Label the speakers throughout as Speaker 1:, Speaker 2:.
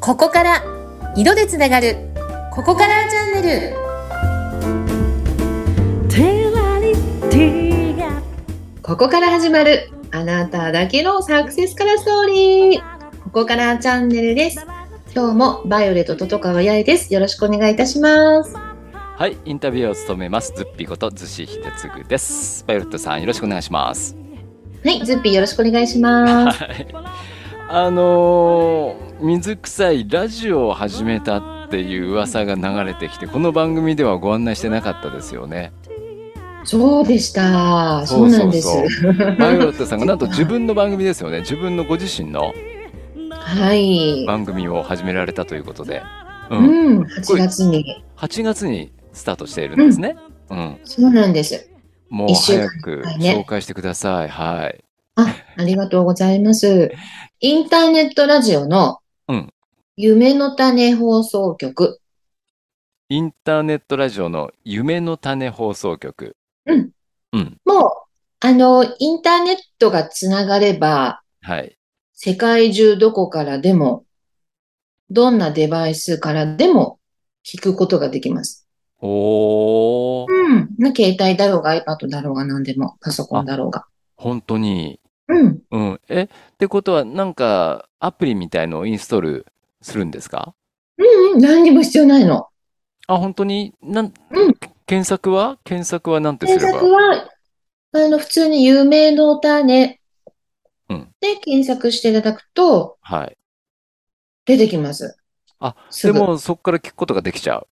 Speaker 1: ここから色でつながるここからチャンネル
Speaker 2: テラリティが
Speaker 1: ここから始まるあなただけのサクセスカラーストーリーここからチャンネルです今日もバイオレットととかわやいですよろしくお願いいたします
Speaker 3: はい、インタビューを務めます。ズッピこと逗子秀次です。バイオレットさん、よろしくお願いします。
Speaker 1: はいズッピーよろしくお願いします
Speaker 3: はい。あのー水臭いラジオを始めたっていう噂が流れてきて、この番組ではご案内してなかったですよね。
Speaker 1: そうでしたそうなんです
Speaker 3: そうそバイオレットさんがなんと自分の番組ですよね。自分のご自身の
Speaker 1: はい
Speaker 3: 番組を始められたということで、う、
Speaker 1: うんん8月に
Speaker 3: 8月にスタートしているんですね。うん、
Speaker 1: そうなんです
Speaker 3: もう
Speaker 1: 一週間
Speaker 3: 早く
Speaker 1: はいね
Speaker 3: 紹介してください。はい。
Speaker 1: あありがとうございますインターネットラジオの
Speaker 3: うん
Speaker 1: 夢の種放送局
Speaker 3: インターネットラジオの夢の種放送局。
Speaker 1: うん。
Speaker 3: うん。
Speaker 1: もう、あの、インターネットがつながれば、
Speaker 3: はい。
Speaker 1: 世界中どこからでも、どんなデバイスからでも聞くことができます。
Speaker 3: おー。
Speaker 1: うん。携帯だろうが iPad だろうが何でも、パソコンだろうが。
Speaker 3: 本当に。
Speaker 1: うん。
Speaker 3: うん。え、ってことは、なんか、アプリみたいのをインストールするんですか
Speaker 1: うんうん、何にも必要ないの。
Speaker 3: あ、本当になん、
Speaker 1: うん
Speaker 3: 検索は検索はなんてす
Speaker 1: 検
Speaker 3: れば
Speaker 1: 索は、あの、普通に有名の種
Speaker 3: うん
Speaker 1: で検索していただくと
Speaker 3: はい。
Speaker 1: 出てきます。
Speaker 3: あ、
Speaker 1: す
Speaker 3: で
Speaker 1: ぐ。
Speaker 3: も、そこから聞くことができちゃう。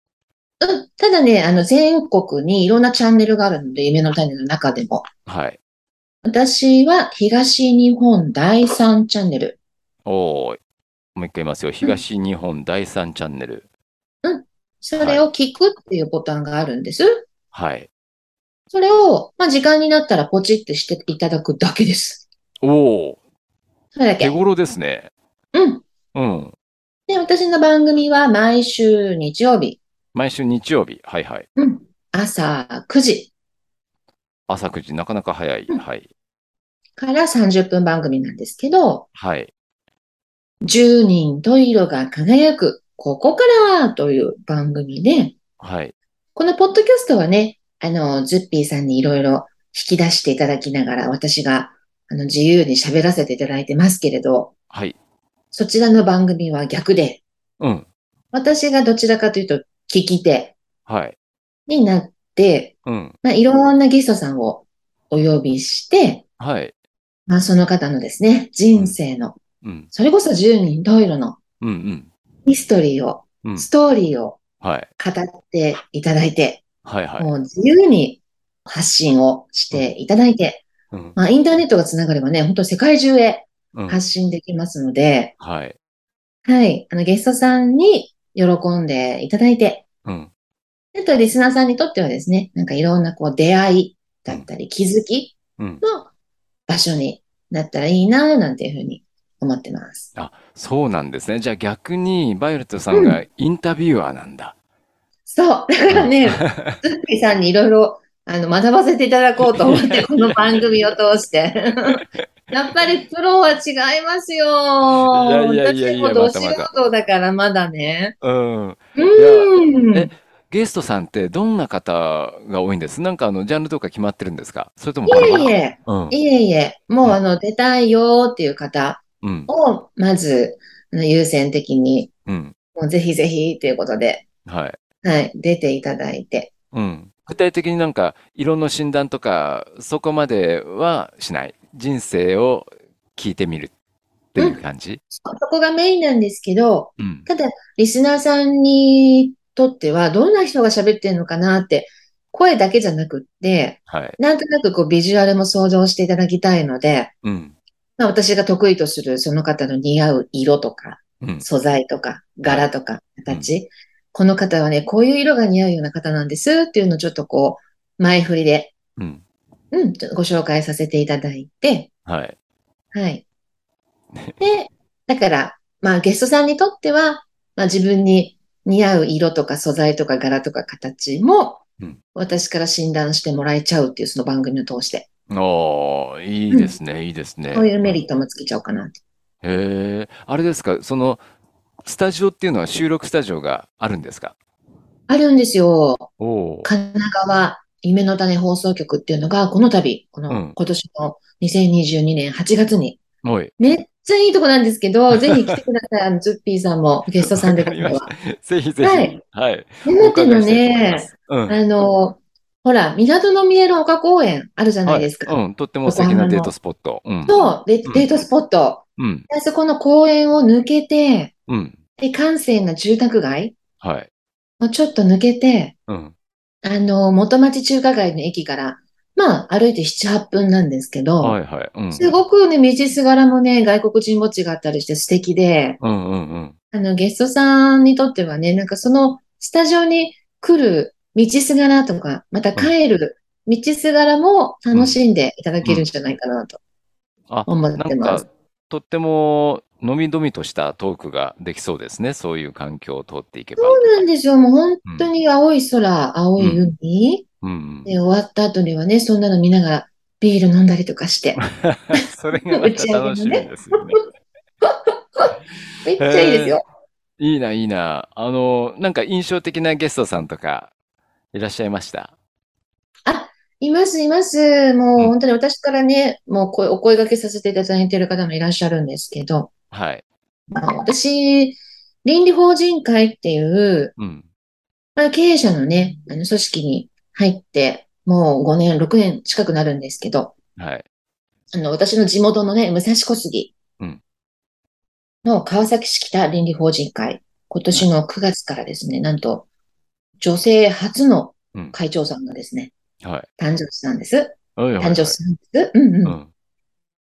Speaker 1: うん。ただね、あの、全国にいろんなチャンネルがあるので、夢の種の中でも。
Speaker 3: はい。
Speaker 1: 私は東日本第3チャンネル。
Speaker 3: おー。もう一回言いますよ。東日本第3チャンネル。
Speaker 1: それを聞くっていうボタンがあるんです。
Speaker 3: はい。
Speaker 1: それを、まあ、時間になったらポチってしていただくだけです。
Speaker 3: おー。
Speaker 1: それだけ。
Speaker 3: 手
Speaker 1: う
Speaker 3: 頃ですね。
Speaker 1: ん。
Speaker 3: うん。
Speaker 1: で、私の番組は毎週日曜日、
Speaker 3: 毎週日曜日。はいはい。
Speaker 1: うん、朝9時
Speaker 3: 朝9時、なかなか早い。
Speaker 1: うん
Speaker 3: はい。
Speaker 1: から30分番組なんですけど、
Speaker 3: はい。
Speaker 1: 10人と色が輝く、ここからという番組で、
Speaker 3: はい。
Speaker 1: このポッドキャストはね、あの、ズッピーさんにいろいろ引き出していただきながら、私があの自由に喋らせていただいてますけれど、
Speaker 3: はい。
Speaker 1: そちらの番組は逆で、
Speaker 3: うん。
Speaker 1: 私がどちらかというと聞き手
Speaker 3: はい。
Speaker 1: になって、
Speaker 3: うん。
Speaker 1: まあ、いろんなゲストさんをお呼びして、
Speaker 3: はい。
Speaker 1: まあ、その方のですね、人生の、
Speaker 3: うん。
Speaker 1: それこそ10人トイロの
Speaker 3: うん。うん。
Speaker 1: ヒストリーを、
Speaker 3: うん。
Speaker 1: ストーリーを
Speaker 3: はい。
Speaker 1: 語っていただいて、
Speaker 3: はい。はい。
Speaker 1: もう自由に発信をしていただいて、
Speaker 3: うん。
Speaker 1: まあ、インターネットがつながればね、本当世界中へ
Speaker 3: うん。
Speaker 1: 発信できますので、
Speaker 3: はい。
Speaker 1: はい、あのゲストさんに喜んでいただいて、
Speaker 3: うん。
Speaker 1: あとリスナーさんにとってはですね、なんかいろんなこう出会いだったり気づき
Speaker 3: うん。
Speaker 1: の場所になったらいいな、なんていうふうに思ってます。
Speaker 3: そうなんですね。じゃあ逆に、バイオレットさんがインタビュアーなんだ。
Speaker 1: そう、だからね、ズッピーさんにいろいろあの学ばせていただこうと思 って、この番組を通して。やっぱりプロは違いますよ。
Speaker 3: いやいやいやいや
Speaker 1: 私もど
Speaker 3: またまた
Speaker 1: 素人だからまだね。
Speaker 3: うん。
Speaker 1: う
Speaker 3: いや
Speaker 1: ん
Speaker 3: え。ゲストさんってどんな方が多いんですなんかあの、ジャンルとか決まってるんですかそれともバラバ
Speaker 1: い
Speaker 3: ラ
Speaker 1: え
Speaker 3: うん
Speaker 1: いえ、いえいえ、もう
Speaker 3: うん
Speaker 1: あの、出たいよーっていう方
Speaker 3: うん。
Speaker 1: を、まず、あの優先的に、
Speaker 3: うん。
Speaker 1: もうぜひぜひということで、
Speaker 3: はい。
Speaker 1: はい、出ていただいて。
Speaker 3: うん。具体的になんか、色の診断とか、そこまではしない。人生を聞いてみるっていう感じ
Speaker 1: そそこがメインなんですけど、
Speaker 3: うん。
Speaker 1: ただ、リスナーさんにとっては、どんな人が喋ってるのかなって、声だけじゃなくって、
Speaker 3: はい。
Speaker 1: なんとなくこう、ビジュアルも想像していただきたいので、
Speaker 3: うん。
Speaker 1: まあ、私が得意とするその方の似合う色とか、
Speaker 3: うん。
Speaker 1: 素材とか柄とか形、この方はね、こういう色が似合うような方なんですっていうのをちょっとこう、前振りで、
Speaker 3: うん。
Speaker 1: うん、ちょっとご紹介させていただいて、
Speaker 3: はい。
Speaker 1: はい。で、だから、まあゲストさんにとっては、まあ自分に似合う色とか素材とか柄とか形も
Speaker 3: うん、
Speaker 1: 私から診断してもらえちゃうっていうその番組を通して、
Speaker 3: おー、いいですね、いいですね。
Speaker 1: こういうメリットもつけちゃおうかなって。
Speaker 3: へえ、あれですか、その、スタジオっていうのは収録スタジオがあるんですか
Speaker 1: あるんですよ。
Speaker 3: おおー。
Speaker 1: 神奈川夢の種放送局っていうのが、この度、こ
Speaker 3: う
Speaker 1: の
Speaker 3: ん
Speaker 1: 今年の2022年8月に、
Speaker 3: おい。
Speaker 1: めっちゃいいとこなんですけど、ぜひ来てください。あの、ズッピーさんもゲストさんで今度
Speaker 3: わ
Speaker 1: は。
Speaker 3: ぜひぜひ。
Speaker 1: は
Speaker 3: はいい。
Speaker 1: 岩手の
Speaker 3: お伺いしたいと思いま
Speaker 1: ね、
Speaker 3: すうん。
Speaker 1: あの、ほら、港の見える丘公園あるじゃないですか。
Speaker 3: はいうん。とっても素敵なデートスポット。うん。
Speaker 1: と、でデ
Speaker 3: うん
Speaker 1: ートスポット。
Speaker 3: うん。
Speaker 1: あそこの公園を抜けて、
Speaker 3: うん。
Speaker 1: で、閑静な住宅街
Speaker 3: はい。
Speaker 1: をちょっと抜けて、
Speaker 3: うん。
Speaker 1: あの、元町中華街の駅から、まあ、歩いて7、8分なんですけど、
Speaker 3: はいはい。うん。
Speaker 1: すごくね、道すがらもね、外国人墓地があったりして素敵で、
Speaker 3: うんうんうん。
Speaker 1: あの、ゲストさんにとってはね、なんかそのスタジオに来る道すがらとか、また帰る道すがらも楽しんでいただけるんじゃないかなと
Speaker 3: あ、
Speaker 1: 思っ
Speaker 3: な
Speaker 1: て
Speaker 3: ん
Speaker 1: ます
Speaker 3: か。、とっても、のみどみとしたトークができそうですね。そういう環境を通っていけば。
Speaker 1: そうなんですよ。もう本当に青い空、青い海。
Speaker 3: うん うん。
Speaker 1: で、終わった後にはね、そんなの見ながらビール飲んだりとか して。
Speaker 3: それがまた楽しみですよね。
Speaker 1: めっちゃいいですよ。
Speaker 3: いいな、いいな。あの、なんか印象的なゲストさんとか、いらっしゃいました
Speaker 1: います、います。もう
Speaker 3: うん
Speaker 1: 本当に私からね、もう声お声掛けさせていただいている方もいらっしゃるんですけど、
Speaker 3: はい。
Speaker 1: あの私、倫理法人会っていう、
Speaker 3: うん。
Speaker 1: まあ、経営者のね、あの組織に入って、もう5年、6年近くなるんですけど、
Speaker 3: はい。
Speaker 1: あの、私の地元のね、武蔵小杉
Speaker 3: うん
Speaker 1: の川崎市北倫理法人会、今年の9月からですね、なんと、女性初の
Speaker 3: うん
Speaker 1: 会長さんがですね、
Speaker 3: はい。
Speaker 1: 誕生したんです。
Speaker 3: はいはいは
Speaker 1: 誕
Speaker 3: い
Speaker 1: 生するんです。うんうん
Speaker 3: う。ん。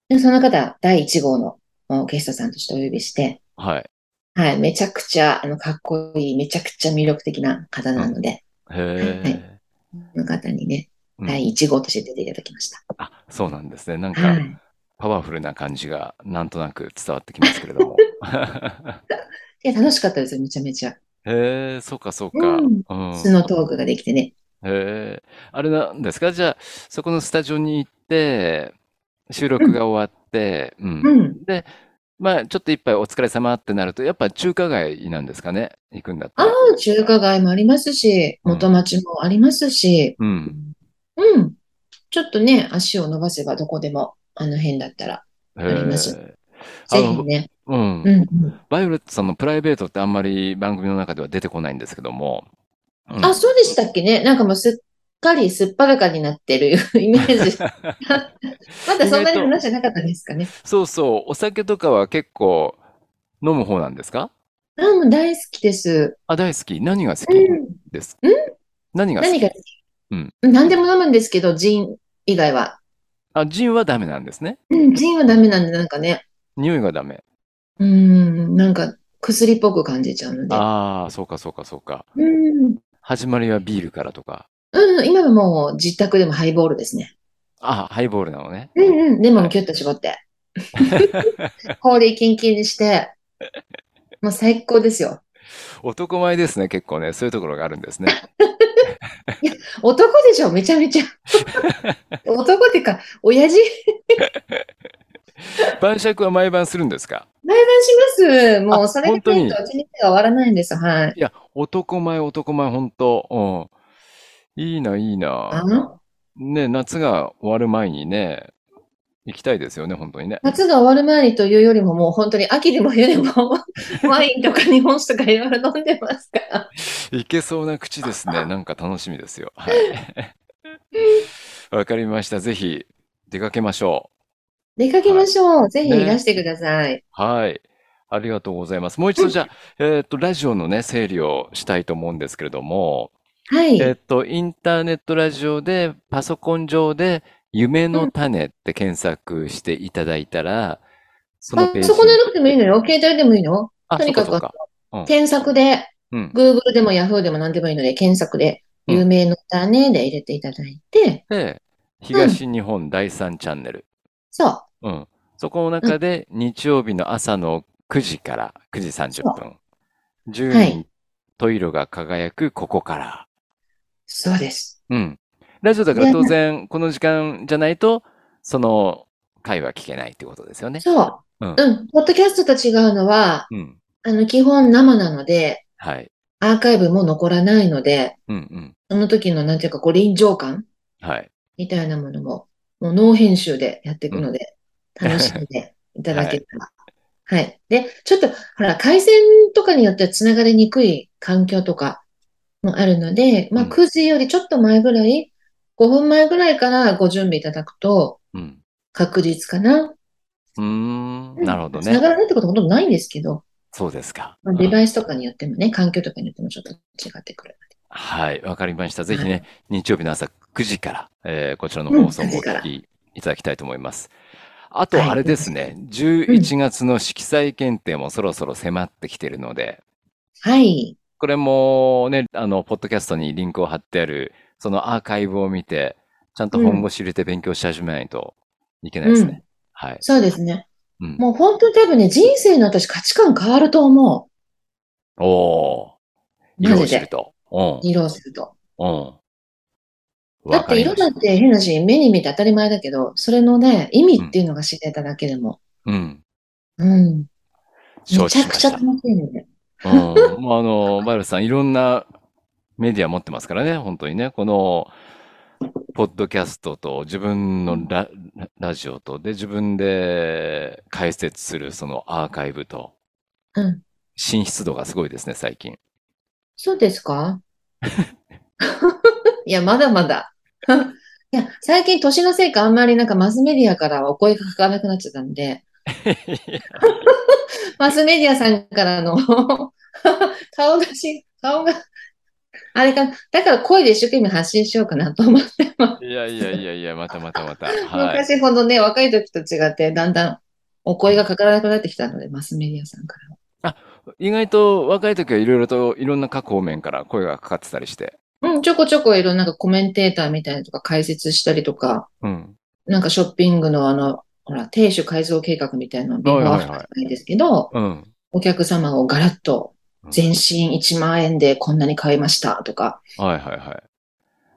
Speaker 1: で、その方、第1号のおゲストさんとしてお呼びして、
Speaker 3: はい。
Speaker 1: はい、めちゃくちゃ、あの、かっこいい、めちゃくちゃ魅力的な方なので、
Speaker 3: へえ。
Speaker 1: その方にね、
Speaker 3: うん
Speaker 1: 第1号として出ていただきました。
Speaker 3: あ、そうなんですね。なん
Speaker 1: は
Speaker 3: か、
Speaker 1: い。
Speaker 3: パワフルな感じが、なんとなく伝わってきますけれど も。
Speaker 1: いや、楽しかったですよ、めちゃめちゃ。
Speaker 3: へえ、そうか、そうか。
Speaker 1: うん
Speaker 3: うん
Speaker 1: 素のトークができてね。
Speaker 3: へえ、あれなんですかじゃあ、そこのスタジオに行って、収録が終わって、う。
Speaker 1: うんん。
Speaker 3: で、まあ、ちょっと一杯お疲れ様ってなると、やっぱ中華街なんですかね行くんだった
Speaker 1: あ
Speaker 3: ら。
Speaker 1: あ、中華街もありますし、
Speaker 3: うん
Speaker 1: 元町もありますし、
Speaker 3: うん。
Speaker 1: うん。ちょっとね、足を伸ばせばどこでも、あの辺だったら、
Speaker 3: へ
Speaker 1: ります
Speaker 3: え。あ
Speaker 1: ぜ
Speaker 3: の
Speaker 1: ひね。
Speaker 3: うん
Speaker 1: う。んうん。
Speaker 3: バイオレットさんのプライベートってあんまり番組の中では出てこないんですけども。うん
Speaker 1: あ、そうでしたっけね。なんかもうすっかりすっぱらかになってる イメー ジ。まだそんなに話じゃなかったですかね。
Speaker 3: そうそう、お酒とかは結構飲む方なんですか
Speaker 1: あ、もう大好きです。
Speaker 3: あ、大好き。何が好き
Speaker 1: うん。
Speaker 3: です
Speaker 1: うん
Speaker 3: 何が好
Speaker 1: 何
Speaker 3: き
Speaker 1: が好き
Speaker 3: うん
Speaker 1: 何でも飲むんですけど、ジン以外は。
Speaker 3: あ、ジンはダメなんですね。
Speaker 1: うん、ジンはダメなんで、なんかね。
Speaker 3: 匂いがダメ。
Speaker 1: うん、なんか薬っぽく感じちゃうので。
Speaker 3: ああ、そうかそうかそうか。
Speaker 1: うん、
Speaker 3: 始まりはビールからとか。
Speaker 1: うん、今はもう自宅でもハイボールですね。
Speaker 3: あ、ハイボールなのね。
Speaker 1: うんうん、レモンキュッと絞 って。氷キンキンにして。もう最高ですよ。
Speaker 3: 男前ですね、結構ね。そういうところがあるんですね。
Speaker 1: 男でしょ、めちゃめ ちゃ。男ってか、親父、
Speaker 3: 晩酌は毎晩するんですか
Speaker 1: 毎晩します。もう
Speaker 3: あ
Speaker 1: それ
Speaker 3: 本当
Speaker 1: がない
Speaker 3: に
Speaker 1: と一日が終わらないんです。はい。
Speaker 3: いや、男前、男前、ほんと。うん。いいな、いい
Speaker 1: あ
Speaker 3: な。
Speaker 1: の
Speaker 3: ね、夏が終わる前にね、行きたいですよね、本当にね。
Speaker 1: 夏が終わる前にというよりも、もう本当に秋でも冬でも ワインとか日本酒とかいろいろ飲んでますから。
Speaker 3: いけそうな口ですね。なんか楽しみですよ。はい。わかりました。ぜひ出かけましょ
Speaker 1: 出かけましょう。ぜひ
Speaker 3: ね
Speaker 1: いらしてください。
Speaker 3: う。はい。ありがとうございます。もう一度じゃあ、えっと、ラジオのね、整理をしたいと思うんですけれども、
Speaker 1: はい。
Speaker 3: えっと、インターネットラジオで、パソコン上で、夢の種って検索していただいたら、そのペー
Speaker 1: あ、
Speaker 3: ジ。
Speaker 1: そこでなくてもいいのよ。携帯でもいいの。
Speaker 3: あ、
Speaker 1: とにかく
Speaker 3: そうかうん
Speaker 1: 検索で、
Speaker 3: そうか。うん。
Speaker 1: Google でも Yahoo でも何でもいいので、検索で、有名の種で入れていただいて、
Speaker 3: で、東日本第3チャンネル。
Speaker 1: そう、
Speaker 3: うん。そこの中で日曜日の朝の9時から9時30分。10
Speaker 1: はい
Speaker 3: 人トイロが輝くここから。
Speaker 1: そうです。
Speaker 3: うん。ラジオだから
Speaker 1: ね
Speaker 3: 当然この時間じゃないと、その回は聞けないってことですよね。
Speaker 1: そう。
Speaker 3: う
Speaker 1: うんん。ポッドキャストと違うのは、
Speaker 3: うん。
Speaker 1: あの、基本生なので、
Speaker 3: はい。
Speaker 1: アーカイブも残らないので、
Speaker 3: うんうん。
Speaker 1: その時のなんていうか、こう、臨場感
Speaker 3: はい。
Speaker 1: みたいなものも、もうノー編集でやっていくので、
Speaker 3: うん
Speaker 1: 楽しんでいただけた ら。はい。で、ちょっと、ほら、回線とかによってはつながりにくい環境とかもあるので、まあ、
Speaker 3: うん
Speaker 1: 9時よりちょっと前ぐらい、5分前ぐらいからご準備いただくと、
Speaker 3: うん。
Speaker 1: 確実かな。
Speaker 3: うーん。なるほど
Speaker 1: つなが
Speaker 3: ね。
Speaker 1: らないってことほとんどないんですけど、
Speaker 3: そうですか。
Speaker 1: まあデバイスとかによってもね、環境とかによってもちょっと違ってくる。
Speaker 3: はい、わかりました。ぜひね、日曜日の朝9時から、えーこちらの放送
Speaker 1: うん
Speaker 3: もお
Speaker 1: 9時から
Speaker 3: 聞きいただきたいと思います。あと、
Speaker 1: はい
Speaker 3: あれですね、11月の色彩検定もそろそろ迫ってきてるので、
Speaker 1: はい。
Speaker 3: これもね、あの、ポッドキャストにリンクを貼ってある、そのアーカイブを見て、ちゃんと本腰入れて勉強し始めないといけないですね。はい。
Speaker 1: そうですね。
Speaker 3: うん。
Speaker 1: もう本当に多分ね、人生の私価値観変わると思
Speaker 3: おー。
Speaker 1: う。マ
Speaker 3: 色を
Speaker 1: ジ
Speaker 3: 知る
Speaker 1: で。
Speaker 3: と。うん。
Speaker 1: 色をすると。
Speaker 3: うん。
Speaker 1: だ
Speaker 3: わ
Speaker 1: っ
Speaker 3: か
Speaker 1: て
Speaker 3: り
Speaker 1: 色
Speaker 3: まし
Speaker 1: な
Speaker 3: た
Speaker 1: んて変だし、目に見て当たり前だけど、それのね、意味っていうのが知れただけでも。
Speaker 3: うん。
Speaker 1: うん。
Speaker 3: 承
Speaker 1: め
Speaker 3: 知
Speaker 1: ちゃ
Speaker 3: しま
Speaker 1: く
Speaker 3: し
Speaker 1: ちゃ
Speaker 3: た。
Speaker 1: 楽しいので。
Speaker 3: うん、もうあの、バイロスさん、いろんなメディア持ってますからね、本当にね、この、ポッドキャストと自分のラララジオと、で、自分で解説するそのアーカイブと、
Speaker 1: うん。
Speaker 3: 進出度がすごいですね、最 近。
Speaker 1: そうですか いや、まだまだ。 いや、最近年のせいかあんまりなんかマスメディアからはお声がかからなくなっちゃったんで、マスメディアさんからの 顔出し、顔が、あれか、だから声で一生懸命発信しようかなと思ってます。
Speaker 3: いやいやいやいや、またまた また。はい。
Speaker 1: 昔ほどね、若い時と違って、だんだんお声がかからなくなってきたので、マスメディアさんからは。
Speaker 3: 意外と若い時はいろいろといろんな各方面から声がかかってたりして。
Speaker 1: うん、ちょこちょこいろんななんかコメンテーターみたいなのとか解説したりとか、
Speaker 3: うん。
Speaker 1: なんかショッピングのあの、ほら、亭主改造計画みたいなの、ビ
Speaker 3: はい
Speaker 1: フォー
Speaker 3: は
Speaker 1: ア
Speaker 3: いはい
Speaker 1: フターじゃないですけど、
Speaker 3: うん。
Speaker 1: お客様をガラッと
Speaker 3: うん
Speaker 1: 全身1万円でこんなに買いましたとか、
Speaker 3: はいはいはい。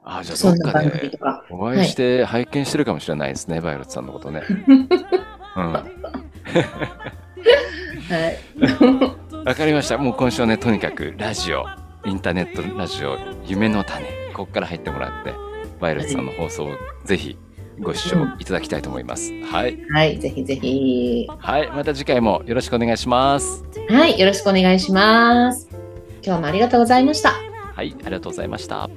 Speaker 3: ああ、じゃあ
Speaker 1: そ
Speaker 3: どっ
Speaker 1: んな
Speaker 3: か
Speaker 1: 番
Speaker 3: で、
Speaker 1: 組とか。
Speaker 3: お会いして拝見してるかもしれないですね、バイロットさんのことね。うん。
Speaker 1: はい。
Speaker 3: わかりました。もう今週はね、とにかくラジオ、インターネットラジオ、夢の種、ここから入ってもらって、バイロットさんの放送をぜひご視聴いただきたいと思います。はい。
Speaker 1: はい、ぜひぜひ。
Speaker 3: はい。また次回もよろしくお願いします。
Speaker 1: はい、よろしくお願いします。今日もありがとうございました。
Speaker 3: はい。ありがとうございました。